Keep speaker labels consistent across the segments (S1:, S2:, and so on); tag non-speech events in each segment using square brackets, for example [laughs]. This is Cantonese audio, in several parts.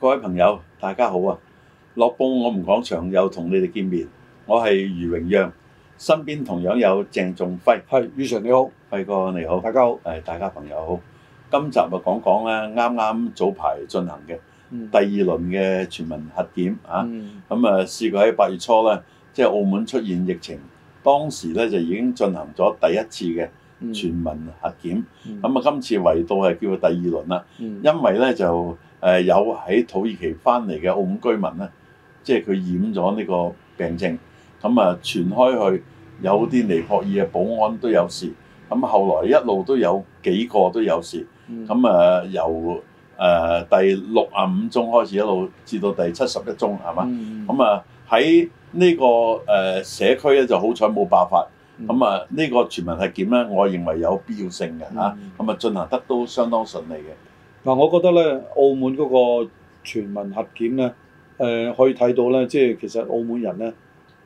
S1: 朋友，大家好啊！樂報我們講場又同你哋見面，我係余榮讓，身邊同樣有鄭仲輝，
S2: 係，宇常你好，
S1: 輝哥你好，
S2: 大家好。
S1: 誒大家朋友好。今集咪講講啦，啱啱早排進行嘅
S2: 嗯
S1: 第，二輪嘅全民核檢啊，
S2: 嗯
S1: 咁啊試過喺八月初咧，即係澳門出現疫情，當時咧就已經進行咗第一次嘅
S2: 嗯
S1: 全民核檢，
S2: 咁
S1: 咁啊今次圍到係叫做第二輪啦。
S2: 因
S1: 因為咧就誒、呃有喺土耳其翻嚟嘅澳門居民咧，即係佢染咗呢個病症，咁啊傳開去，有啲尼泊爾嘅保安都有事，咁後來一路都有幾個都有事，咁啊由誒、呃第六啊五宗開始一路至到第七十一宗係嘛，
S2: 咁
S1: 咁啊喺呢個誒、呃社區咧就好彩冇爆發，咁啊呢個全民核檢咧，我認為有必要性嘅嚇，咁啊進行得都相當順利嘅。
S2: 嗱，我覺得咧，澳門嗰個全民核檢咧，誒、可以睇到咧，即係其實澳門人咧，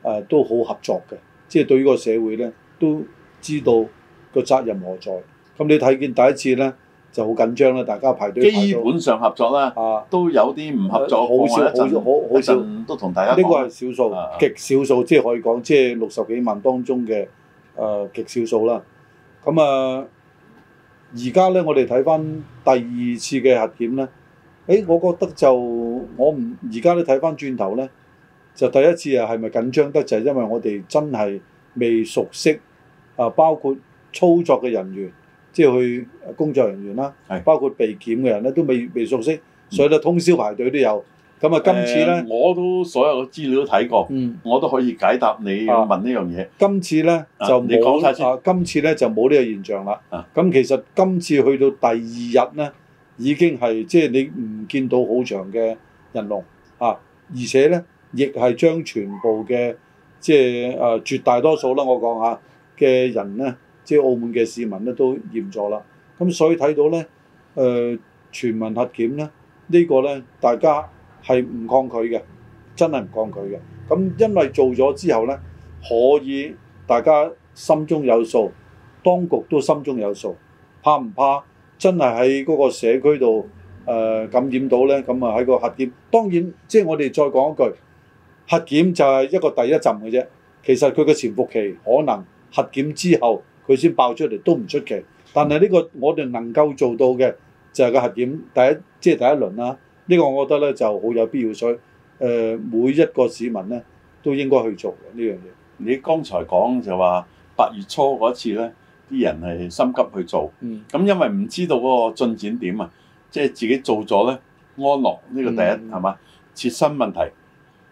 S2: 誒、都好合作嘅，即係對於個社會咧都知道個責任何在。咁你睇見第一次咧就好緊張啦，大家排隊排
S1: 基
S2: 到
S1: 本上合作啦，
S2: 啊，
S1: 都有啲唔合作嘅
S2: 好少
S1: 個案一陣
S2: 呃好少好好少
S1: 一陣都同大家
S2: 呢個
S1: 講
S2: 係少數
S1: 啊啊，
S2: 極少數，即係可以講，即係六十幾萬當中嘅誒、呃、極少數啦。咁啊，而家咧，我哋睇翻第二次嘅核檢咧，誒，我覺得就我唔而家咧睇翻轉頭咧，就第一次啊係咪緊張得就係因為我哋真係未熟悉啊，包括操作嘅人員，即係去工作人員啦
S1: 係，
S2: 包括被檢嘅人咧都未未熟悉，所以咧通宵排隊都有。咁啊，今次咧。
S1: 誒呃我都所有嘅資料都睇過，
S2: 嗯，
S1: 我都可以解答你
S2: 啊
S1: 問呢樣嘢。
S2: 今次咧
S1: 啊
S2: 就
S1: 你講晒先
S2: 冇啊，今次咧就冇呢個現象啦。咁、
S1: 啊
S2: 其實今次去到第二日咧，已經係即係你唔見到好長嘅人龍啊，而且咧亦係將全部嘅即係誒、呃、絕大多數啦，我講下嘅人咧，即係澳門嘅市民咧都驗咗啦。咁所以睇到咧，誒、呃、全民核檢咧，呢個咧大家係唔抗拒嘅，真係唔抗拒嘅。咁因為做咗之後咧，可以大家心中有數，當局都心中有數，怕唔怕真係喺嗰個社區度誒、呃感染到咧？咁啊喺個核檢，當然即係我哋再講一句，核檢就係一個第一浸嘅啫。其實佢嘅潛伏期可能核檢之後佢先爆出嚟都唔出奇。但係呢個我哋能夠做到嘅就係個核檢第一，即係第一輪啦。呢、個我覺得咧就好有必要，所以誒、呃每一個市民咧都應該去做嘅呢樣嘢。
S1: 你剛才講就話八月初嗰次咧，啲人係心急去做，
S2: 嗯
S1: 咁因為唔知道嗰個進展點啊，即係自己做咗咧安樂呢個第一
S2: 嗯
S1: 係嘛，切身問題。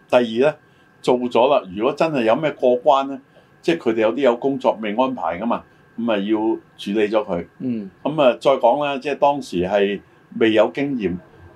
S1: 第二咧做咗啦，如果真係有咩過關咧，即係佢哋有啲有工作未安排噶嘛，咁啊要處理咗佢。
S2: 嗯
S1: 咁啊，再講啦，即係當時係未有經驗，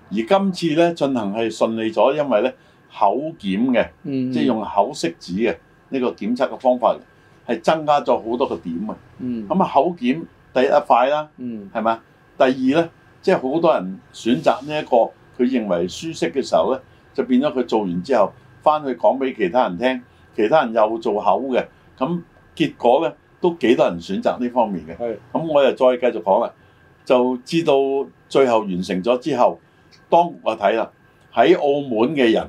S1: 而今次咧進行係順利咗，因為咧口檢嘅，
S2: 嗯
S1: 即係用口拭子嘅呢個檢測嘅方法，係增加咗好多個點啊！
S2: 嗯
S1: 咁啊，口檢第一快啦，
S2: 嗯
S1: 係咪？第二咧，即係好多人選擇呢一個佢認為舒適嘅時候咧，就變咗佢做完之後翻去講俾其他人聽，其他人又做口嘅，咁結果咧都幾多人選擇呢方面嘅。
S2: 係
S1: 咁我又再繼續講啦，就知道最後完成咗之後，當我睇啦，喺澳門嘅人，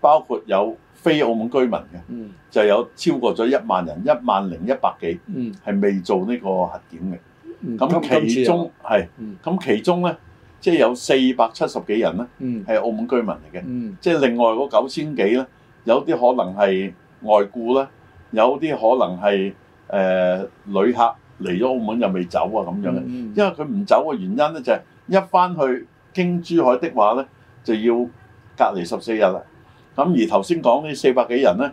S1: 包括有非澳門居民嘅，
S2: 嗯
S1: 就有超過咗一萬人，一萬零一百幾
S2: 嗯
S1: 係未做呢個核檢嘅。
S2: 嗯
S1: 咁其中係
S2: 嗯，
S1: 咁其中咧，即係有四百七十幾人咧
S2: 嗯
S1: 係澳門居民嚟嘅，
S2: 嗯
S1: 即係另外嗰九千幾咧，有啲可能係外僱啦，有啲可能係誒、呃旅客嚟咗澳門又未走啊咁樣嘅。
S2: 嗯
S1: 因為佢唔走嘅原因咧，就係、一翻去經珠海的話咧，就要隔離十四日啦。咁而頭先講呢四百幾人咧，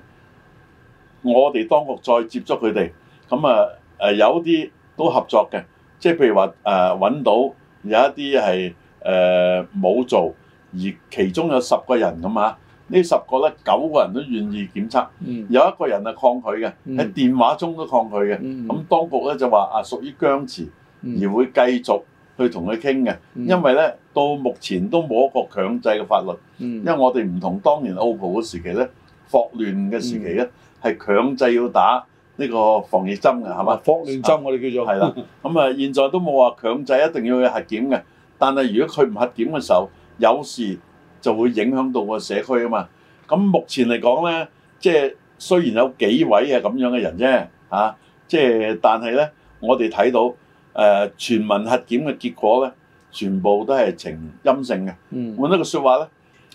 S1: 我哋當局再接觸佢哋，咁啊誒有啲都合作嘅，即係譬如話誒揾到有一啲係誒冇做，而其中有十個人咁啊，呢十個咧九個人都願意檢測，
S2: 嗯
S1: 有一個人係抗拒嘅，喺
S2: 嗯
S1: 電話中都抗拒嘅。
S2: 嗯
S1: 咁當局咧就話啊，屬於僵持。而會繼續去同佢傾嘅，因為咧到目前都冇一個強制嘅法律，
S2: 因
S1: 因為我哋唔同當年澳葡嘅時期咧，霍亂嘅時期咧係強制要打呢個哦防疫針嘅，係嘛？
S2: 霍亂針我哋叫做
S1: 係
S2: [laughs]
S1: 啦，咁啊現在都冇話強制一定要去核檢嘅，但係如果佢唔核檢嘅時候有事就會影響到個社區啊嘛。咁目前嚟講咧，即係雖然有幾位啊咁樣嘅人啫嚇、啊即係但係咧，我哋睇到誒、呃全民核檢嘅結果咧，全部都係呈陰性嘅。
S2: 嗯
S1: 換一個説話咧，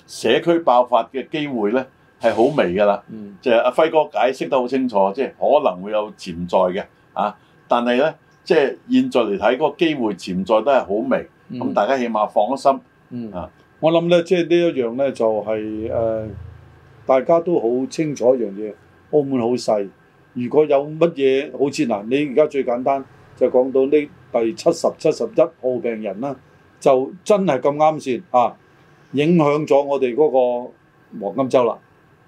S1: 社區爆發嘅機會咧係好微㗎啦。
S2: 嗯
S1: 即係阿輝哥解釋得好清楚，即係可能會有潛在嘅啊，但係咧，即係現在嚟睇嗰個機會潛在都係好微，咁、
S2: 嗯
S1: 大家起碼放咗心。
S2: 嗯
S1: 啊，
S2: 我諗咧，即係呢一樣咧，就係、呃大家都好清楚一樣嘢，澳門好細。如果有乜嘢好似嗱，你而家最簡單就講到呢第七十七十一號病人啦，就真係咁啱先啊，影響咗我哋嗰個黃金周啦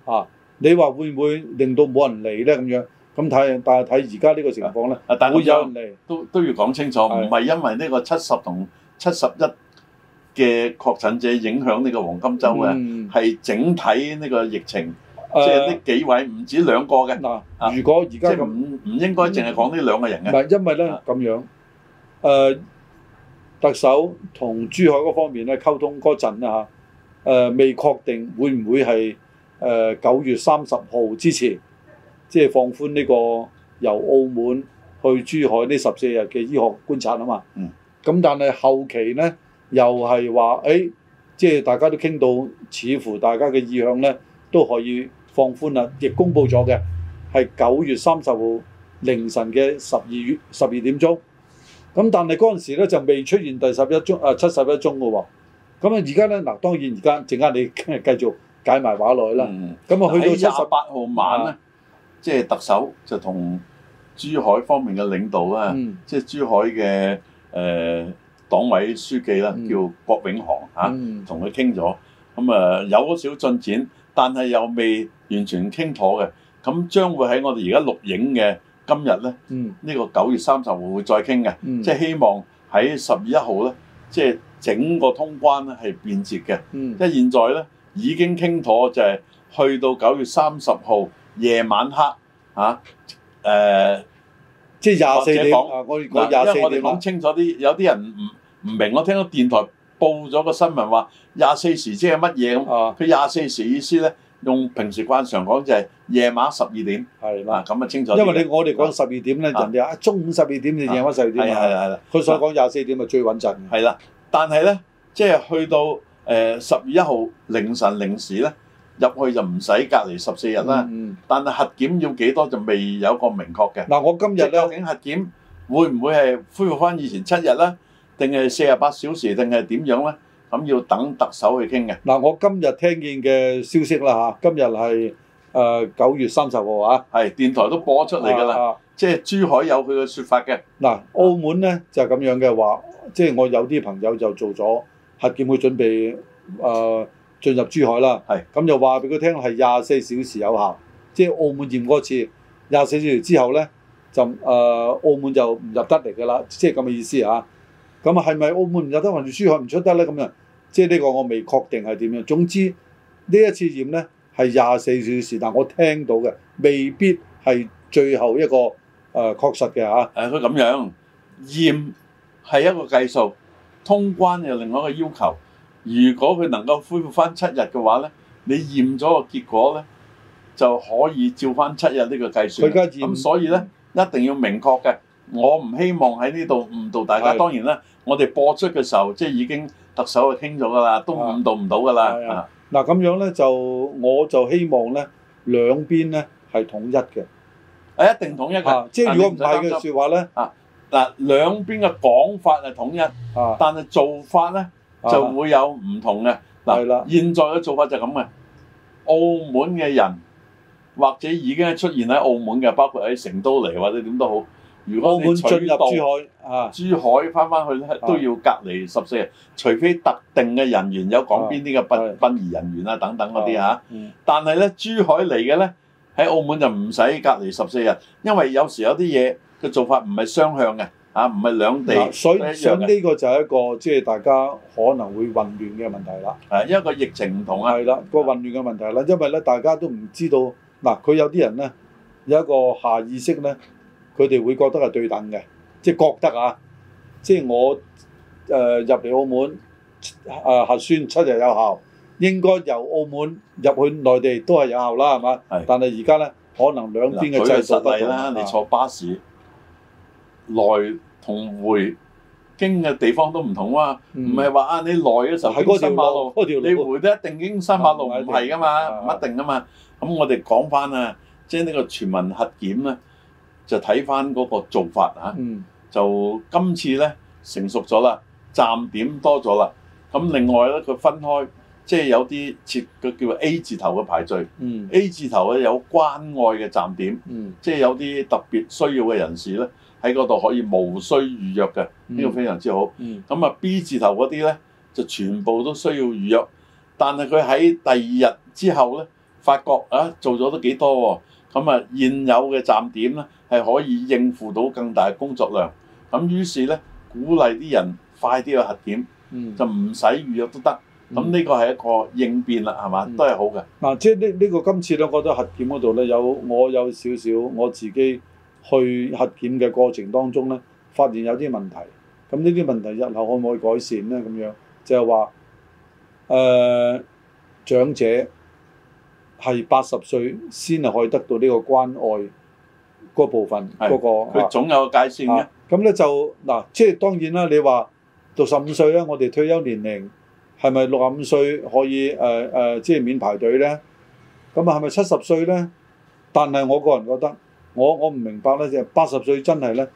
S2: 啊！你話會唔會令到冇人嚟咧咁樣？咁睇，但係睇而家呢個情況咧，
S1: 啊，但係
S2: 會
S1: 咁
S2: 有
S1: 樣
S2: 人嚟。
S1: 都都要講清楚，
S2: 係
S1: 唔係因為呢個七十同七十一嘅確診者影響呢個黃金周嘅，
S2: 嗯
S1: 係、整體呢個疫情，即係呢幾位唔止兩個嘅，
S2: 呃嗱、
S1: 啊
S2: 如果而
S1: 即
S2: 家
S1: 係
S2: 咁
S1: 唔。唔應該淨係講呢兩個人
S2: 唔
S1: 嘅。 [laughs]
S2: 係，因為咧
S1: 啊
S2: 咁樣，誒、呃特首同珠海嗰方面咧溝通嗰陣啦嚇，誒、未確定會唔會係誒九月三十號之前，即係放寬呢個由澳門去珠海呢十四日嘅醫學觀察啊嘛。
S1: 嗯。
S2: 咁但係後期咧，又係話誒，即係大家都傾到，似乎大家嘅意向咧都可以放寬啦，亦公布咗嘅係九月三十號。凌晨嘅十二月十二點鐘。咁但係嗰陣時咧就未出現第十一宗啊七十一宗嘅喎。咁啊而家咧嗱，當然而家陣間你 [laughs] 繼續解埋話落去啦。
S1: 嗯
S2: 咁啊去到
S1: 喺
S2: 七
S1: 廿
S2: 十，
S1: 八號
S2: 啊
S1: 晚咧，即係特首就同珠海方面嘅領導啦。
S2: 嗯
S1: 即係珠海嘅誒、呃、黨委書記啦，
S2: 嗯
S1: 叫郭永航嚇，
S2: 嗯
S1: 同佢傾咗，咁啊有咗少進展，但係又未完全傾妥嘅，咁將會喺我哋而家錄影嘅今日咧，
S2: 嗯
S1: 呢、個九月三十號會再傾嘅，
S2: 嗯，
S1: 即係希望喺十月一號咧，即係整個通關咧係便捷嘅，
S2: 嗯
S1: 因為現在咧已經傾妥就係去到九月三十號夜晚黑嚇誒。呃
S2: 即係廿四
S1: 或者
S2: 點
S1: 講
S2: 啊！我
S1: 嗱，
S2: 我廿
S1: 因
S2: 四
S1: 為我哋
S2: 點
S1: 講
S2: 啦。
S1: 清楚啲，有啲人唔唔明，我聽到電台報咗個新聞話廿四時即係乜嘢咁，
S2: 啊，
S1: 佢廿四時意思咧，用平時慣常講就係夜晚十二點
S2: 係
S1: 嗱，
S2: 啦，
S1: 咁啊清楚啲嘅。
S2: 因為你我哋講十二點咧，人
S1: 啊
S2: 哋話啊中午十二點就夜晚十二
S1: 係
S2: 點
S1: 係
S2: 啊，
S1: 係啦
S2: 佢所講廿四點係最穩陣嘅。
S1: 係啦，但係咧，即係去到誒十月一號凌晨零時咧，入去就唔使隔離十四日啦。
S2: 嗯
S1: 但係核檢要幾多就未有個明確嘅
S2: 嗯。嗱，我今
S1: 即
S2: 日
S1: 係究
S2: 咧，
S1: 竟核檢會唔會係恢復翻以前七日咧，定係四十八小時，定係點樣咧？咁要等特首去傾嘅。
S2: 嗱，我今日聽見嘅消息啦嚇，今日係誒九月三十號啊。
S1: 係電台都播出嚟㗎啦，
S2: 啦。
S1: 即係珠海有佢嘅説法嘅。
S2: 嗱，澳門咧就係咁樣嘅話，即係我有啲朋友就做咗核檢，佢準備誒進入珠海啦。
S1: 係
S2: 咁就話俾佢聽係廿四小時有效，即係澳門驗嗰次廿四小時之後咧就誒澳門就唔入得嚟㗎啦，即係咁嘅意思嚇。咁啊係咪澳門唔入得，還是珠海唔出得咧？咁樣即係呢個我未確定係點樣。總之呢一次驗咧係廿四小時，但我聽到嘅未必係最後一個誒、呃、確實嘅嚇。
S1: 誒，佢咁樣驗係一個計數，通關又另外一個要求。如果佢能夠恢復翻七日嘅話咧，你驗咗個結果咧，就可以照翻七日呢個計
S2: 佢
S1: 算
S2: 而。家驗
S1: 咁所以咧，一定要明確嘅。我唔希望喺呢度誤導大家。
S2: 係
S1: 當然啦，我哋播出嘅時候，即係已經特首係傾咗㗎啦，都
S2: 啊
S1: 誤導唔到㗎
S2: 係
S1: 啦
S2: 啊。嗱咁樣咧就我就希望咧兩邊咧係統一嘅，
S1: 啊，一定統一嘅。
S2: 啊，即係如果唔係嘅説話咧，
S1: 嗱，兩邊嘅講法係統一，
S2: 啊
S1: 但係做法咧就
S2: 啊
S1: 會有唔同嘅。
S2: 係
S1: 嗱，
S2: 啦，
S1: 啊現在嘅做法就係咁嘅。澳門嘅人或者已經係出現喺澳門嘅，包括喺成都嚟或者點都好。如果
S2: 澳
S1: 你
S2: 門進
S1: 取
S2: 入
S1: 道
S2: 珠海啊，
S1: 珠海翻翻去咧都要隔離十四日，除非特定嘅人員有講邊啲嘅殯
S2: 啊係
S1: 殯儀人員啊等等嗰啲嚇。
S2: 嗯
S1: 但係咧，珠海嚟嘅咧喺澳門就唔使隔離十四日，因為有時有啲嘢嘅做法唔係雙向嘅啊，唔係兩地
S2: 嗱，所
S1: 一
S2: 以
S1: 樣
S2: 想
S1: 嘅
S2: 呢個就係一個即係大家可能會混亂嘅問題啦，
S1: 啊，因為個疫情唔同啊，
S2: 係啦，個混亂嘅問題啦，因為咧大家都唔知道嗱，佢有啲人咧有一個下意識咧，佢哋會覺得係對等嘅，即係覺得啊，呃啊即係我誒入嚟澳門誒核酸七日有效。應該由澳門入去內地都係有效啦，係嘛
S1: 係？
S2: 但係而家咧，可能兩
S1: 嗱
S2: 邊嘅
S1: 舉個
S2: 制度不
S1: 實例
S2: 同
S1: 啦，你
S2: 啊
S1: 坐巴士來同回經嘅地方都唔同啊，
S2: 嗯
S1: 唔係話啊你來嘅時候
S2: 喺
S1: 經
S2: 嗰條
S1: 新馬路
S2: 路，，嗰條
S1: 你
S2: 路
S1: 回都一定經新馬路，
S2: 啊唔係一
S1: 唔
S2: 定
S1: 係噶嘛，
S2: 啊
S1: 唔一定噶嘛。咁我哋講翻啊，即係呢個全民核檢咧，就睇翻嗰個做法啊。
S2: 嗯
S1: 就今次咧成熟咗啦，站點多咗啦。咁另外咧，佢分開，即係有啲設佢叫 A 字頭嘅排序。
S2: 嗯
S1: A 字頭咧有關愛嘅站點，
S2: 嗯，
S1: 即係有啲特別需要嘅人士咧喺嗰度可以無需預約嘅，呢、個非常之好。
S2: 嗯
S1: 咁啊 B 字頭嗰啲咧就全部都需要預約，但係佢喺第二日之後咧，發覺啊做咗都幾多喎、咁啊現有嘅站點咧係可以應付到更大嘅工作量，咁於是咧鼓勵啲人快啲去核檢，
S2: 嗯
S1: 就唔使預約都得，咁呢個係一個應變啦，係嘛，
S2: 嗯
S1: 都係好嘅，
S2: 嗱，即係呢呢個今次咧，我覺得核檢嗰度咧有我有少少我自己去核檢嘅過程當中咧，發現有啲問題。咁呢啲問題日後可唔可以改善咧？咁樣就係話誒長者係八十歲先係可以得到呢個關愛嗰部分
S1: 係
S2: 嗰、個啊
S1: 佢總有個界線嘅
S2: 啊，咁咧就嗱，即係當然啦。你話到十五歲咧，我哋退休年齡係咪六十五歲可以誒誒、呃呃即係免排隊咧？咁啊，係咪七十歲咧？但係我個人覺得，我我唔明白咧，就係八十歲真係咧，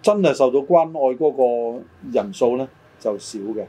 S2: 真係受到關愛嗰個人數咧就少嘅。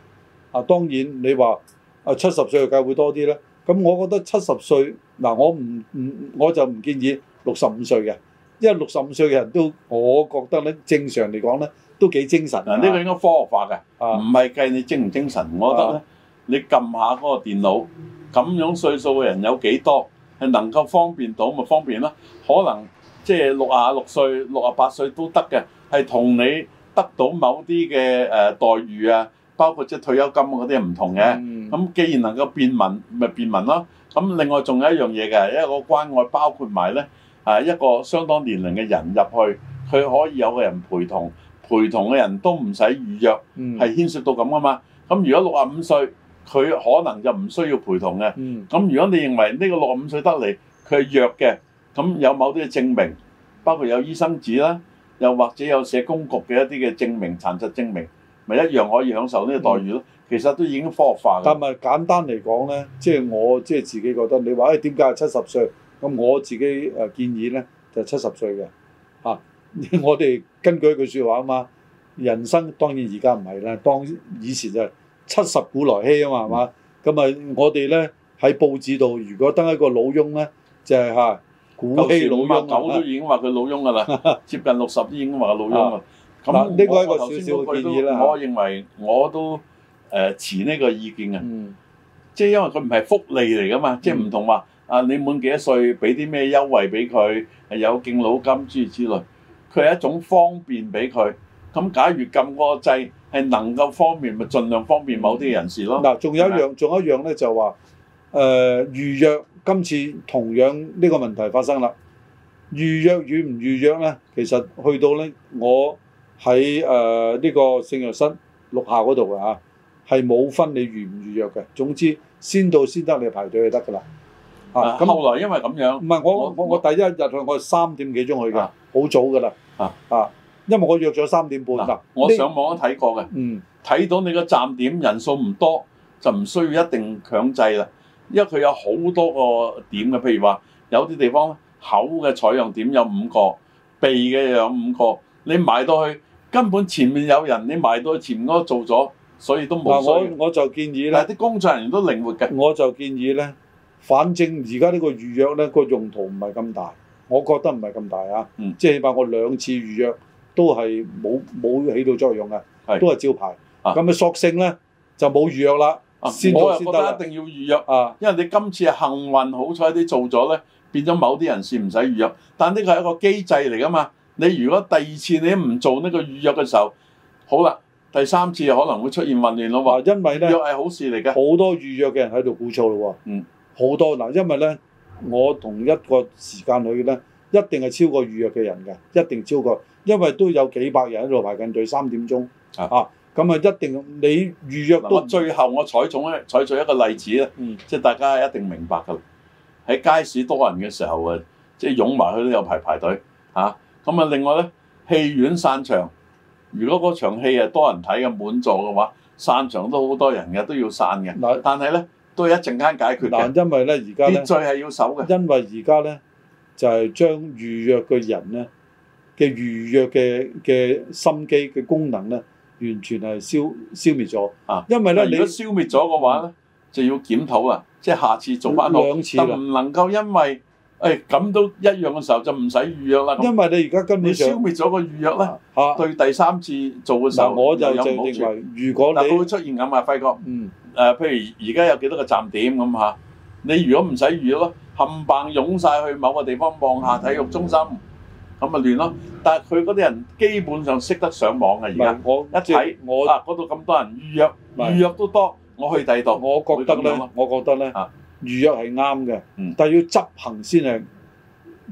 S2: 啊，當然你話啊七十歲梗係會多啲啦。咁我覺得七十歲嗱，我唔唔我就唔建議六十五歲嘅，因為六十五歲嘅人都，我覺得咧正常嚟講咧都幾精神
S1: 嗱呢個應該科學化嘅。
S2: 啊
S1: 唔係計你精唔精神，我覺得咧，你撳下嗰個電腦，咁樣歲數嘅人有幾多係能夠方便到咪方便啦？可能即係六啊六歲、六啊八歲都得嘅，係同你得到某啲嘅誒待遇啊，包括即係退休金嗰啲係唔同嘅。
S2: 嗯
S1: 咁既然能夠便民，咪便民咯。咁另外仲有一樣嘢嘅，一個關愛包括埋咧啊一個相當年齡嘅人入去，佢可以有個人陪同，陪同嘅人都唔使預約。
S2: 嗯
S1: 係牽涉到咁噶嘛。咁如果六十五歲，佢可能就唔需要陪同嘅。
S2: 嗯
S1: 咁如果你認為呢個六十五歲得嚟佢係弱嘅，咁有某啲嘅證明，包括有醫生紙啦，又或者有社工局嘅一啲嘅證明、殘疾證明，咪一樣可以享受呢個待遇咯。其實都已經科學化
S2: 但
S1: 㗎。
S2: 係簡單嚟講咧，即係我即係自己覺得，你話誒哎點解係七十歲？咁我自己誒建議咧就七十歲嘅嚇。啊 [laughs] 我哋根據一句説話啊嘛，人生當然而家唔係啦，當以前就係七十古來稀啊嘛，係嘛？咁啊，我哋咧喺報紙度，如果得一個老翁咧，就係、嚇、古
S1: 舊
S2: 稀
S1: 時
S2: 老
S1: 五啊
S2: 翁
S1: 九都
S2: 啊
S1: 已經話佢老翁㗎
S2: [laughs]
S1: 啦，接近六十都已經話佢老翁啦。咁
S2: 嗱啊呢個
S1: 我
S2: 一個
S1: 我頭先
S2: 少少嘅
S1: 嗰句
S2: 建
S1: 都
S2: 議啦
S1: 我認為我都誒持呢個意見嘅。
S2: 嗯
S1: 即係因為佢唔係福利嚟噶嘛，即係唔同話啊，你滿幾多歲俾啲咩優惠俾佢，係有敬老金諸如此類，佢係一種方便俾佢。咁假如撳個掣係能夠方便，咪盡量方便某啲人士咯。
S2: 嗱，仲有一樣，仲有一樣咧，就話誒、預約，今次同樣呢個問題發生啦。預約與唔預約咧，其實去到咧，我喺誒呢個聖若室六校嗰度嘅嚇，係冇分你預唔預約嘅。總之先到先得，你排隊就得㗎啦。
S1: 啊
S2: 啊，咁
S1: 後來因為咁樣
S2: 唔係我
S1: 我
S2: 我我第一日去，我係三點幾鐘去㗎，好、
S1: 啊
S2: 早㗎啦。
S1: 啊
S2: 啊，因為我約咗三點半
S1: 嗱
S2: 嗱，，
S1: 我
S2: 呢
S1: 上網都睇過嘅，
S2: 嗯
S1: 睇到你個站點人數唔多，就唔需要一定強制啦，因為佢有好多個點嘅，譬如話有啲地方口嘅採樣點有五個，鼻嘅有五個，你埋到去根本前面有人，你埋到去前面嗰個做咗，所以都冇
S2: 嗱，
S1: 需要。
S2: 我我就建議咧
S1: 但。係啲工作人員都靈活嘅，
S2: 我就建議咧，反正而家呢個預約咧個用途唔係咁大，我覺得唔係咁大啊。
S1: 嗯
S2: 即係起碼我兩次預約都係冇冇起到作用嘅，
S1: 係
S2: 都係照排。
S1: 啊
S2: 咁啊，索性咧就冇預約啦
S1: 啊，
S2: 先
S1: 我
S2: 到
S1: 又
S2: 先
S1: 覺
S2: 得
S1: 得
S2: 啦
S1: 一定要預約，
S2: 啊。
S1: 因為你今次係幸運，好彩啲做咗咧，變咗某啲人士唔使預約，但呢個係一個機制嚟噶嘛。你如果第二次你都唔做呢個預約嘅時候，好啦，第三次可能會出現混亂咯喎。
S2: 話因為咧
S1: 約係好事嚟嘅，
S2: 好多預約嘅人喺度鼓噪咯喎。
S1: 嗯，
S2: 好多嗱，因為咧我同一個時間去咧，一定係超過預約嘅人嘅，一定超過，因為都有幾百人喺度排緊隊，三點鐘
S1: 啊
S2: 啊。咁咁啊一定你預約
S1: 嗱，我
S2: 都
S1: 最後我採取咧採取一個例子咧，
S2: 嗯
S1: 即係大家一定明白㗎啦。喺街市多人嘅時候啊，即係擁埋去都有排排隊嚇。啊咁啊，另外咧，戲院散場，如果嗰場戲啊多人睇嘅滿座嘅話，散場都好多人嘅，都要散嘅。
S2: 嗱
S1: 但係咧，都係一陣間解 [laughs] 決嘅，
S2: 嗱，啊因為咧而家咧
S1: 秩。序係要守嘅。
S2: 因為而家咧就係、將預約嘅人咧嘅預約嘅嘅心機嘅功能咧，完全係消消滅咗。
S1: 啊，
S2: 因為咧
S1: 如
S2: 你
S1: 果消滅咗嘅話咧，就要檢討啊，即係下次做翻好，
S2: 兩次
S1: 但
S2: 啦，
S1: 唔能夠因為誒咁都一樣嘅時候就唔使預約啦。咁
S2: 因為你而家根
S1: 你
S2: 本
S1: 消
S2: 上
S1: 滅咗個預約咧，
S2: 嚇
S1: 對第三次做嘅時
S2: 啊嗱，
S1: 候
S2: 我就
S1: 又有
S2: 就
S1: 唔好
S2: 認
S1: 處。
S2: 為，如果
S1: 但佢會
S2: 你
S1: 出現咁啊，輝哥。
S2: 嗯
S1: 誒、譬如而家有幾多個站點咁嚇？你如果唔使預約咯，冚棒湧晒去某個地方望下體育中心，咁咪亂咯。但係佢嗰啲人基本上識得上網嘅而
S2: 唔
S1: 家
S2: 係，我
S1: 一睇
S2: 即係我
S1: 啊嗰度咁多人預約，
S2: 唔係
S1: 預約都多，我去第二度。
S2: 我覺得
S1: 會咁樣
S2: 咧
S1: 咯，
S2: 我覺得咧
S1: 啊，
S2: 預約係啱嘅
S1: 嗯，
S2: 但係要執行先係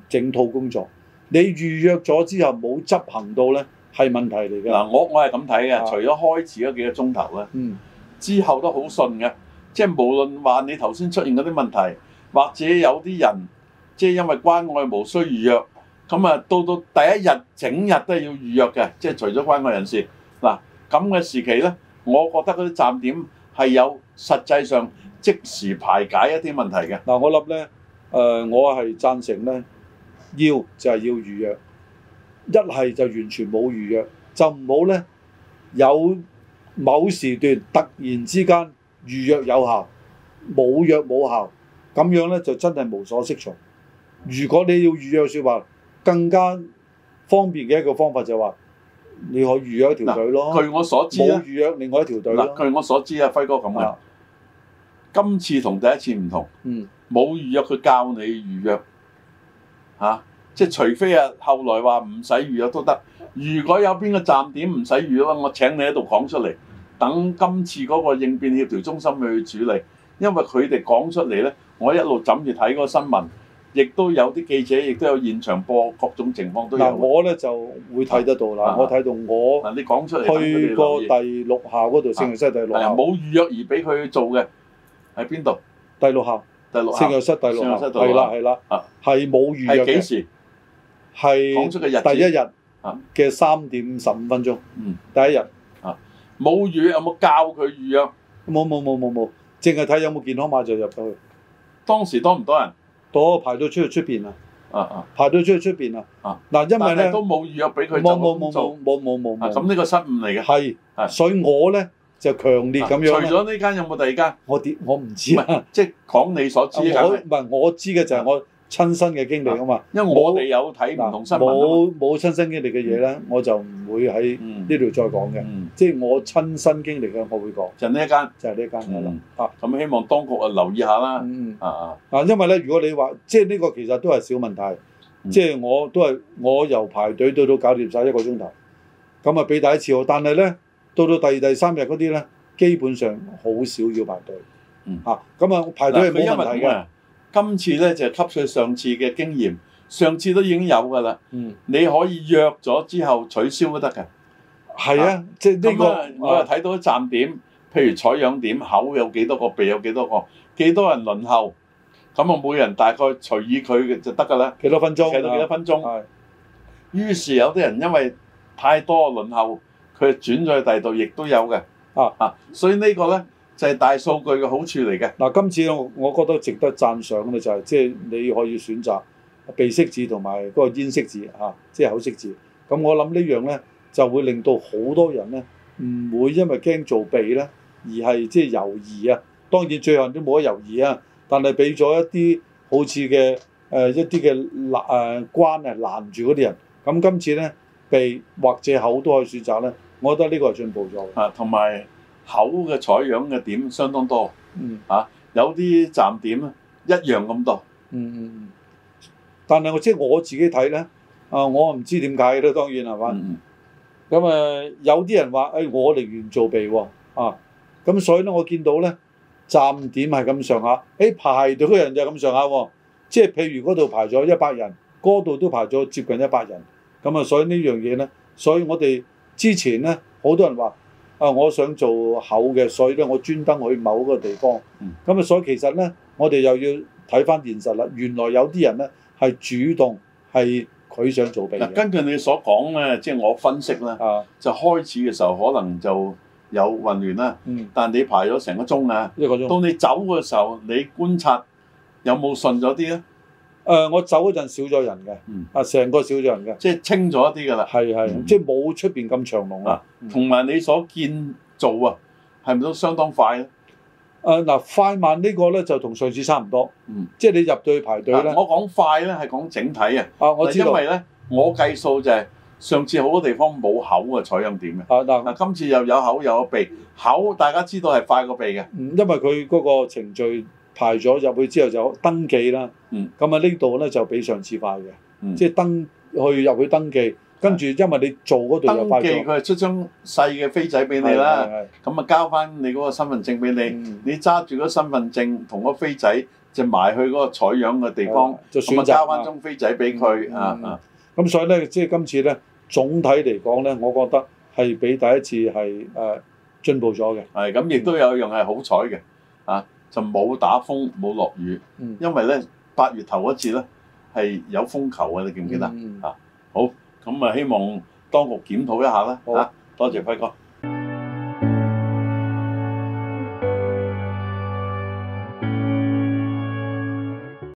S2: 整套工作。你預約咗之後冇執行到咧，係問題嚟㗎。
S1: 嗱，我我係咁睇
S2: 嗯啊
S1: 嘅，除咗開始嗰幾個鐘頭咧，
S2: 嗯。
S1: 之後都好順嘅，即係無論話你頭先出現嗰啲問題，或者有啲人即係因為關愛無需預約，咁啊到到第一日整日都係要預約嘅，即係除咗關愛人士嗱咁嘅時期咧，我覺得嗰啲站點係有實際上即時排解一啲問題嘅，
S2: 嗱，我諗咧，誒、我係贊成咧，要就係要預約，一係就完全冇預約，就唔好咧有某時段突然之間預約有效，冇約冇效，咁樣咧就真係無所適從。如果你要預約説話，更加方便嘅一個方法就係話，你可以預約一條隊咯，
S1: 據我所知
S2: 冇
S1: 咧，
S2: 預約另外一條隊
S1: 嗱
S2: 咯。
S1: 據我所知啊，輝哥咁嘅，
S2: 啊
S1: 今次同第一次唔同。
S2: 嗯，
S1: 冇預約，佢教你預約嚇、啊即係除非啊，後來話唔使預約都得。如果有邊個站點唔使預約，我請你喺度講出嚟，等今次嗰個應變協調中心去處理，因為佢哋講出嚟呢，我一路枕住睇嗰個新聞，亦都有啲記者，亦都有現場播各種情況都有。
S2: 嗱，
S1: 嗱，
S2: 我咧就會睇得到啦
S1: 啊，
S2: 我睇到我。
S1: 你講出嚟，等佢哋
S2: 去過
S1: 留意
S2: 第六校嗰度，聖若西第六
S1: 係啊
S2: 校，
S1: 冇預約而俾佢做嘅喺邊度？
S2: 第六校，
S1: 第六
S2: 聖
S1: 項
S2: 若室第六
S1: 聖若
S2: 校，
S1: 瑟第
S2: 係
S1: 六
S2: 啦
S1: 校
S2: 係啦
S1: 啊，
S2: 係冇預約
S1: 係幾
S2: 嘅，
S1: 時講
S2: 係
S1: 出嘅日子？
S2: 第一日
S1: 啊
S2: 嘅三點十五分鐘
S1: 嗯，
S2: 第一日
S1: 冇預約有冇教佢預約？
S2: 冇冇冇冇冇，淨係睇有冇健康碼就入到去，
S1: 當時多唔多人？
S2: 多排到出去出邊啊，
S1: 啊啊！
S2: 排到出去出邊啊
S1: 啊，
S2: 嗱因為
S1: 但係
S2: 咧
S1: 都冇預約俾佢
S2: 冇
S1: 就
S2: 冇
S1: 咁
S2: 冇
S1: 做，
S2: 冇冇冇冇
S1: 啊
S2: 冇，
S1: 咁呢個失誤嚟嘅。
S2: 係，
S1: 係
S2: 所以我咧就強烈咁
S1: 啊
S2: 樣
S1: 除
S2: 呢，
S1: 咗呢間有冇第二間？
S2: 我點我唔知啊，
S1: 即係講你所知
S2: 我
S1: 嘅，
S2: 唔
S1: 梗係
S2: 係我知嘅就係我親身嘅經歷啊嘛。
S1: 因為我哋有睇唔同新聞啊嘛。
S2: 冇冇親身經歷嘅嘢咧，我就唔會喺
S1: 嗯
S2: 呢度再講嘅。
S1: 嗯，
S2: 即係我親身經歷嘅，我會講，
S1: 就呢一間。
S2: 就係呢間嘢啦
S1: 嗯。
S2: 啊，
S1: 咁希望當局啊留意下啦。
S2: 嗯嗯
S1: 啊啊，
S2: 啊，因為咧，如果你話即係呢個其實都係小問題，
S1: 嗯
S2: 即係我都係我由排隊到到搞掂晒一個鐘頭，咁啊俾第一次我，但係咧到到第二、第三日嗰啲咧，基本上好少要排隊。
S1: 嗯
S2: 啊，咁啊排隊
S1: 嗱佢
S2: 係冇
S1: 因
S2: 問題
S1: 為咁
S2: 嘅。
S1: 啊，今次咧就吸取上次嘅經驗，上次都已經有㗎啦。
S2: 嗯，
S1: 你可以約咗之後取消都得㗎。
S2: 係啊，即係
S1: 咁啊
S2: 呢，個
S1: 我又
S2: 啊
S1: 睇到站點，譬如採樣點，口有幾多個，鼻有幾多個，幾多人輪候，咁啊每人大概隨意佢嘅就得㗎啦，
S2: 幾多分鐘？啊
S1: 計到幾多分鐘。
S2: 係
S1: 於是有啲人因為太多輪候，佢就轉咗去第二度，亦都有嘅。
S2: 啊
S1: 所以呢個咧就係、大數據嘅好處嚟嘅。
S2: 嗱，今次我我覺得值得讚賞嘅就係、即係你可以選擇鼻識字同埋嗰個咽識字啊，即係口識字。咁我諗呢樣咧就會令到好多人咧唔會因為驚做鼻咧而係即係猶豫啊。當然最後都冇得猶豫啊，但係俾咗一啲好似嘅誒一啲嘅攔誒關啊攔住嗰啲人。咁今次咧鼻或者口都可以選擇咧，我覺得呢個係進步咗嘅。
S1: 啊，同埋口嘅採樣嘅點相當多，
S2: 嗯。
S1: 有啲站點咧一樣咁多。
S2: 嗯嗯嗯，但係我即係我自己睇咧，啊，我唔知點解嘅咧，當然係嘛。
S1: 嗯嗯
S2: 咁誒、有啲人話：，誒、我寧願做備喎，啊，咁所以咧，我見到咧站點係咁上下，誒、排隊嘅人就係咁上下喎。即係譬如嗰度排咗一百人，嗰度都排咗接近一百人，咁啊，所以呢樣嘢咧，所以我哋之前咧好多人話啊，我想做厚嘅，所以咧我專登去某一個地方。咁啊、
S1: 嗯
S2: 所以其實咧，我哋又要睇翻現實啦。原來有啲人咧係主動係佢想做備
S1: 嗯嗱，
S2: 嘅。
S1: 根據你所講咧，即係我分析咧，
S2: 啊，
S1: 就開始嘅時候可能就有混亂啦，
S2: 嗯，
S1: 但你排咗成個鐘啊，
S2: 一個鐘。
S1: 到你走嘅時候，你觀察有冇順咗啲咧？
S2: 誒、呃我走嗰陣少咗人嘅，
S1: 嗯
S2: 啊，成個少咗人嘅，
S1: 即係清咗一啲㗎啦。
S2: 係係，
S1: 嗯啊
S2: 即係冇出邊咁長龍啦。嗯
S1: 同埋你所建造啊，係咪都相當快咧？
S2: 誒啊嗱、快慢呢個咧就同上次差唔多，
S1: 嗯
S2: 即係你入到去排隊
S1: 嗱
S2: 咧，
S1: 啊我講快咧係講整體啊，
S2: 啊，我知
S1: 因
S2: 道，啊
S1: 為咧我計數就係上次好多地方冇口嘅採樣點嘅，
S2: 啊嗱，
S1: 嗱今次又有口有鼻，口大家知道係快過鼻嘅，
S2: 嗯因為佢嗰個程序排咗入去之後就登記啦，
S1: 嗯
S2: 咁啊呢度咧就比上次快嘅，
S1: 嗯啊
S2: 即係登去入去登記，跟住因為你做嗰度又
S1: 登
S2: 快
S1: 記
S2: 咗，
S1: 佢係出張細嘅飛仔俾你啦，
S2: 係，
S1: 咁啊交翻你嗰個身份證俾
S2: 係係
S1: 你，
S2: 嗯
S1: 你揸住嗰身份證同嗰飛仔就埋去嗰個採樣嘅地方，
S2: 啊就
S1: 咁
S2: 選
S1: 啊交翻
S2: 擇啊，
S1: 張飛仔俾佢
S2: 嗯
S1: 啊
S2: 嗯
S1: 啊，
S2: 咁所以咧即係今次咧總體嚟講咧，我覺得係比第一次係誒、呃、進步咗嘅。
S1: 係啊咁，亦都有一樣係好彩嘅啊，就冇打風冇落雨。
S2: 嗯
S1: 因為咧八月頭嗰次咧係有風球嘅，你記唔記得？
S2: 嗯
S1: 咁啊，希望當局檢討一下啦。
S2: 好
S1: 嚇，多謝輝哥。